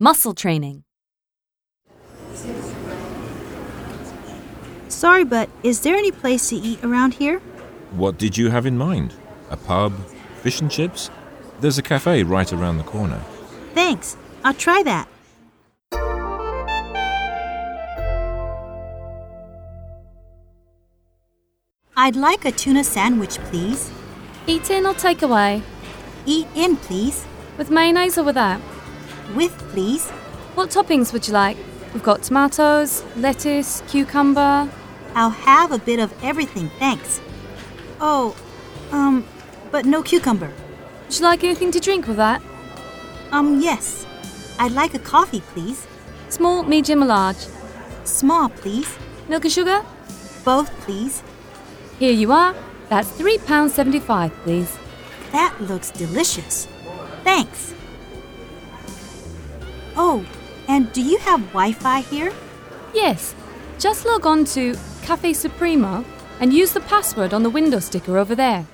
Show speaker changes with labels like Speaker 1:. Speaker 1: Muscle training.
Speaker 2: Sorry, but is there any place to eat around here?
Speaker 3: What did you have in mind? A pub? Fish and chips? There's a cafe right around the corner.
Speaker 2: Thanks. I'll try that. I'd like a tuna sandwich, please.
Speaker 4: Eat in or take away?
Speaker 2: Eat in, please.
Speaker 4: With mayonnaise or without?
Speaker 2: With, please.
Speaker 4: What toppings would you like? We've got tomatoes, lettuce, cucumber.
Speaker 2: I'll have a bit of everything, thanks. Oh, um, but no cucumber.
Speaker 4: Would you like anything to drink with that?
Speaker 2: Um, yes. I'd like a coffee, please.
Speaker 4: Small, medium, or large?
Speaker 2: Small, please.
Speaker 4: Milk and sugar?
Speaker 2: Both, please.
Speaker 4: Here you are. That's £3.75, please.
Speaker 2: That looks delicious. Thanks. Oh, and do you have Wi Fi here?
Speaker 4: Yes, just log on to Cafe Supremo and use the password on the window sticker over there.